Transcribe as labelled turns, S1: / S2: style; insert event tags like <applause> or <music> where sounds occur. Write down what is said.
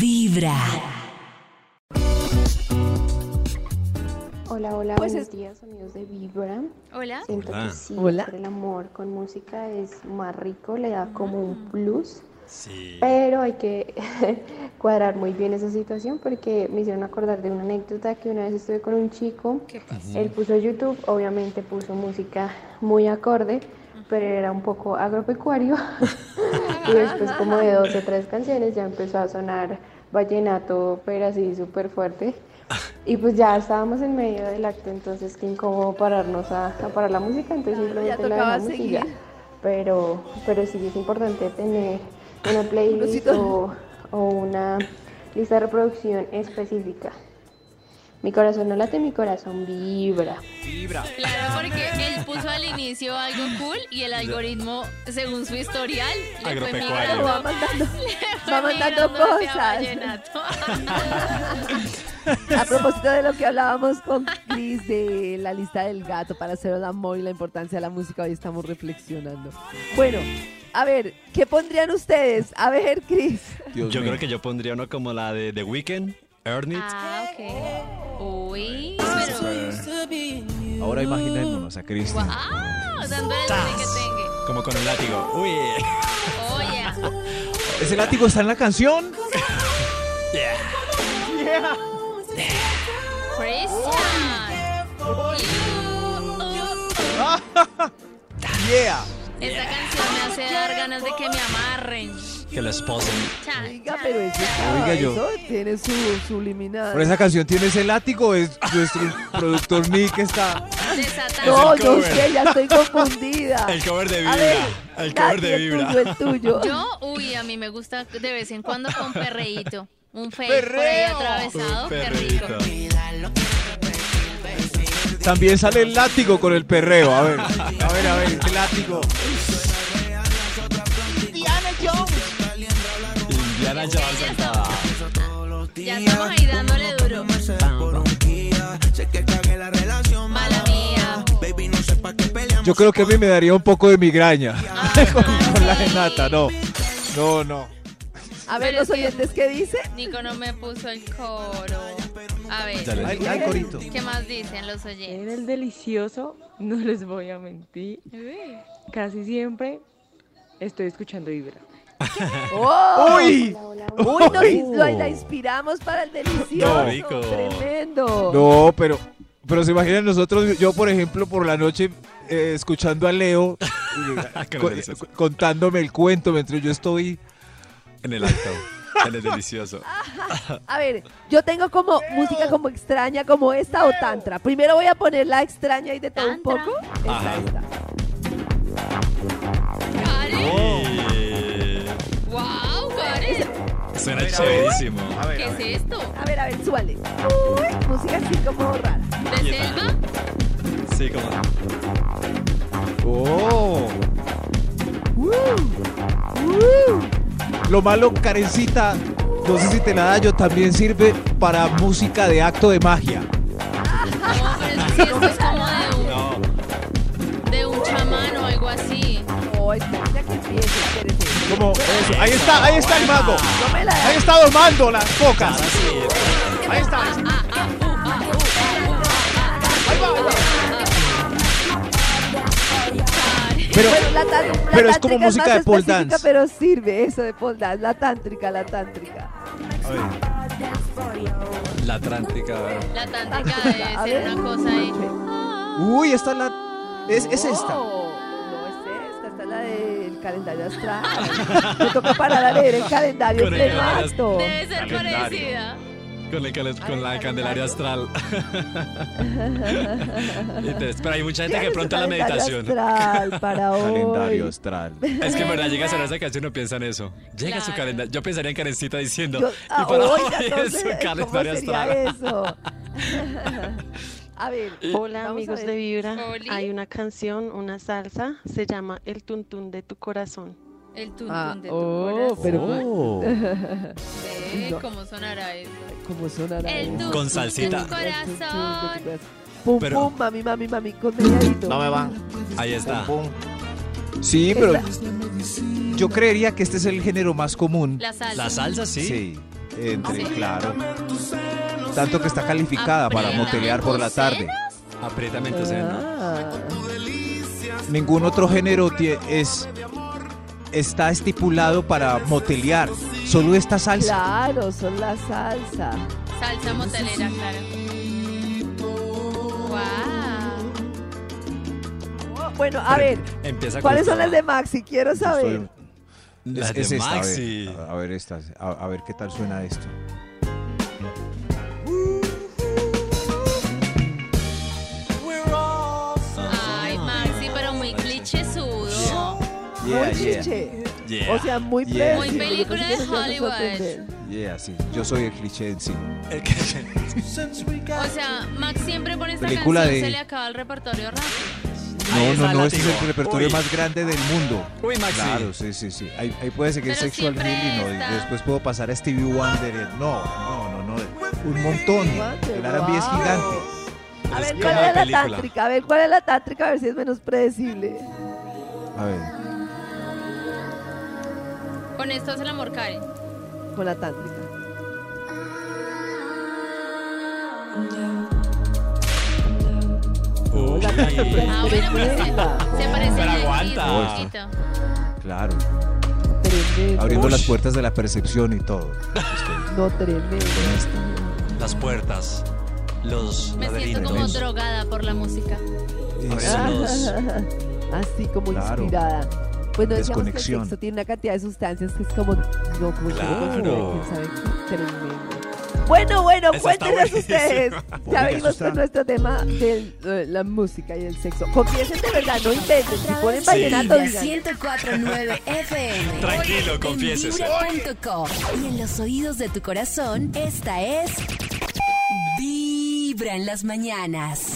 S1: Vibra.
S2: Hola, hola,
S3: Pues
S2: buenos
S3: es-
S2: días amigos de Vibra.
S3: Hola.
S2: Siento
S4: Hola.
S2: que sí,
S5: Hola.
S2: hacer el amor con música es más rico, le da como un plus,
S4: Sí.
S2: pero hay que <laughs> cuadrar muy bien esa situación porque me hicieron acordar de una anécdota que una vez estuve con un chico,
S3: ¿Qué pasa?
S2: él puso YouTube, obviamente puso música muy acorde, pero era un poco agropecuario <laughs> y después como de dos o tres canciones ya empezó a sonar vallenato, pero así súper fuerte. Y pues ya estábamos en medio del acto, entonces qué incómodo pararnos a, a parar la música, entonces
S3: Claro, ya
S2: simplemente la
S3: tocaba
S2: dejamos y ya.
S3: seguir.
S2: Pero, pero sí es importante tener una playlist
S3: Unosito.
S2: o, o una lista de reproducción específica. Mi corazón no late, mi corazón vibra.
S4: Vibra.
S6: Claro, porque él puso al inicio algo cool y el algoritmo, según su historial, le fue
S4: Agropecuario.
S6: migrando.
S4: Va
S5: mandando-
S6: <laughs> le fue
S5: va mandando
S6: migrando hacia
S5: cosas.
S6: vallenato.
S5: A propósito de lo que hablábamos con Cris de la lista del gato para hacer el amor y la importancia de la música, hoy estamos reflexionando. Bueno, a ver, ¿qué pondrían ustedes? A ver, Cris.
S4: Yo creo que yo pondría uno como la de The Weeknd, Earn It.
S6: Ah, ok. Uy,
S7: Ahora imaginémonos a Cristo
S6: wow, dándole el tengue tengue.
S4: Como con un látigo. Uy.
S6: Oye,
S7: ¿Ese látigo está en la canción?
S6: Christian. You, uh,
S7: Yeah.
S6: Esta canción me hace dar ganas de que me amarren.
S4: Que lo esposen.
S6: Cha,
S5: Oiga,
S6: cha.
S5: pero eso,
S7: Oiga, yo-
S5: eso tiene su subliminal.
S7: Por esa canción tiene ese látigo, es nuestro productor Nick está.
S6: Desatado.
S5: No,
S4: Es el
S5: yo
S4: cover.
S5: sé, ya estoy confundida.
S4: <laughs> El cover de
S5: A ver,
S4: Vibra. El cover
S5: Nati,
S4: de
S5: el
S4: Vibra.
S5: tuyo, el
S7: <laughs>
S5: tuyo.
S6: Yo, uy, a mí me gusta de vez en cuando con perreíto. Un fake por ahí atravesado,
S4: Un
S6: qué rico.
S4: perrito.
S7: También sale el látigo con el perreo. A ver, a ver, a ver, el látigo.
S4: Indiana Jones
S6: Ya
S4: sentada.
S6: Ya estamos ahí dándole duro. Mala mía.
S7: Yo creo que a mí me daría un poco de migraña. <laughs>
S6: Ay,
S7: con, con la
S6: sí.
S7: genata, no. No, no.
S5: A ver,
S6: Pero
S5: los
S6: es que-
S5: oyentes, ¿qué dicen?
S6: Nico no me puso el coro. A ver,
S4: Dale.
S7: Ay, ay, corito.
S6: ¿qué más dicen los oyentes?
S8: En el delicioso, <laughs> no les voy a mentir, casi siempre estoy escuchando vibra.
S5: ¡Oh!
S7: ¡Uy!
S2: Hola, hola,
S5: Uy, nos
S7: Uy.
S5: lo- la inspiramos para el delicioso.
S4: No, rico.
S5: Tremendo.
S7: No, pero, pero se imaginan nosotros, yo por ejemplo, por la noche, eh, escuchando a <laughs> Leo, eh,
S4: Qué
S7: co-
S4: risas.
S7: co- contándome el cuento mientras yo estoy.
S4: En el acto. Él
S6: <laughs>
S4: es delicioso.
S5: A ver, yo tengo como música como extraña, como esta o tantra. Primero voy a poner la extraña y de todo un
S6: Tantra.
S5: poco. Esta,
S4: Ajá.
S5: esta.
S6: Karen,
S4: Uy.
S6: wow, Karen.
S4: Suena chéverísimo.
S6: ¿Qué es esto?
S5: A ver, a ver, súbale. Uy, música así como rara.
S6: ¿De selva?
S4: Sí, como.
S7: ¡Oh!
S5: Uh, uh.
S7: Lo malo, Karencita, no sé si te la da yo, también sirve para música de acto de magia.
S6: No, pero es que sí, esto es como de
S4: No.
S6: un, de un chamán o algo así.
S5: No, espérate que empiece, espérate.
S7: Como eso. Ahí está, ahí está el mago.
S5: No me la da.
S7: Ahí está domando las focas. Ahí está. Pero,
S5: Bueno, la tan- la
S7: pero es
S5: tántrica
S7: como música
S5: más
S7: de pole
S5: específica,
S7: dance.
S5: Pero sirve eso de pole dance, la tántrica, la tántrica.
S4: La Atlántica. a ver.
S6: La tántrica debe
S5: <laughs> A ver.
S6: ser una cosa ahí.
S7: Uy, esta es la. Es, es esta.
S5: Oh, no es esta, esta es la del calendario astral. Me toca parar a leer el calendario
S4: Correcto.
S5: exacto.
S6: Debe ser
S4: Calendario.
S6: parecida.
S4: Con, el cal- con la candelaria astral. <laughs> Y te- Pero hay mucha gente que pronto la
S5: Calendario
S4: meditación.
S5: astral
S4: <laughs>
S5: para hoy.
S7: astral.
S4: Es que en verdad llega a sonar esa canción y no piensan eso. Llega su
S6: Claro.
S4: calendario. Yo pensaría en Karencita diciendo.
S5: Yo-
S4: y
S5: ah,
S4: para
S5: oiga,
S4: hoy es
S5: entonces,
S4: su
S5: ¿cómo
S4: calendario
S5: sería
S4: astral.
S5: eso?
S4: <laughs>
S5: a ver,
S9: Hola
S5: vamos a
S9: amigos
S5: ver.
S9: de Vibra,
S6: Oli.
S9: hay una canción, una salsa, se llama El Tuntún de tu Corazón.
S6: El
S5: Ah,
S6: tuntún de tu
S5: oh,
S6: corazón.
S5: pero
S4: Oh.
S7: Oh.
S6: Ve, ¿Cómo sonará eso?
S5: ¿cómo sonará?
S6: El
S5: eso?
S6: tuntún
S4: Con
S6: de
S4: salsita.
S6: tu corazón.
S5: Pum,
S4: Pero-
S5: pum, mami, mami, mami, con medallito.
S7: me va.
S4: Ahí está.
S7: Sí, pero yo creería que este es el género más común.
S6: La salsa.
S4: La salsa, sí.
S7: Entre, claro. Tanto que está calificada para
S6: Apriétame
S7: motelear por la
S6: tus
S7: tarde.
S4: Apriétame tus
S5: Ah.
S4: senos.
S7: Ningún otro género tie- es está estipulado para motelear. Solo esta salsa.
S5: Claro, son la salsa.
S6: Salsa motelera, claro. Wow.
S5: Bueno, a ver,
S4: Empieza
S5: ¿cuáles
S4: con-
S5: son las de Maxi? Quiero saber.
S4: Las
S7: es
S4: de
S7: esta, a ver,
S4: Maxi.
S7: A ver, esta, a, a ver qué tal suena esto.
S6: Ay, Maxi, pero muy cliché sudo.
S7: Yeah,
S5: muy
S7: yeah,
S5: chiche.
S4: Yeah.
S5: O sea, muy
S7: Yeah.
S5: predecible,
S6: Muy película
S5: lo
S6: de
S5: que es que nosotros
S6: Hollywood.
S5: entendemos.
S7: yeah, sí. Yo soy el cliché en sí.
S4: El que-
S5: <laughs>
S6: O sea, Max siempre pone esta
S7: Película
S6: canción,
S7: de-
S6: se le acaba el repertorio rápido.
S7: No,
S4: está
S7: no,
S4: el
S7: no, este es el
S4: látigo.
S7: repertorio
S4: Uy.
S7: más grande del mundo.
S4: Uy, Maxi.
S7: Claro, sí, sí, sí. Ahí, ahí puede seguir
S6: Pero
S7: Sexual
S6: siempre
S7: Healing no, y
S6: está.
S7: después puedo pasar a Stevie Wonder. No, no, no, no. Un montón.
S5: Wonder,
S7: El R&B es
S5: wow.
S7: gigante.
S5: A ver,
S4: que
S5: ¿cuál
S4: la
S5: era la
S4: película.
S5: tántrica? A ver, ¿cuál es la tántrica? A ver si es menos predecible.
S7: A ver.
S6: Con esto es el amor, Karen.
S5: Con la tántrica.
S4: Uy.
S5: La tántrica.
S6: Ah, bueno, pero se, se parece
S4: Pero
S6: a Jackie,
S4: aguanta.
S6: un poquito.
S7: Claro.
S5: Tremendo.
S7: Abriendo
S4: Ush.
S7: las puertas de la percepción y todo.
S5: No, tremendo.
S4: Las puertas. Los
S6: Me siento
S4: laberintos.
S6: como drogada por la música.
S4: Ahora los-
S5: <laughs> Así como
S7: Claro.
S5: inspirada. Bueno, decíamos que el
S7: Desconexión.
S5: sexo tiene una cantidad de sustancias que es como no como que no consume,
S4: Claro.
S5: quién sabe qué. Tremendo. Bueno, bueno,
S4: Esa está
S5: cuéntenos
S4: buenísima. <laughs>
S5: ustedes.
S7: Oiga,
S5: Ya
S7: eso
S5: venimos
S7: está-
S5: con nuestro tema de eh, la música y el sexo. Confiesen de verdad, no inventen. Si ponen vallenato,
S1: Vibra
S5: digan.
S1: 1049 FM.
S4: Tranquilo,
S1: En
S4: confiésese.
S1: vibra.com. Y en los oídos de tu corazón, esta es Vibra en las mañanas.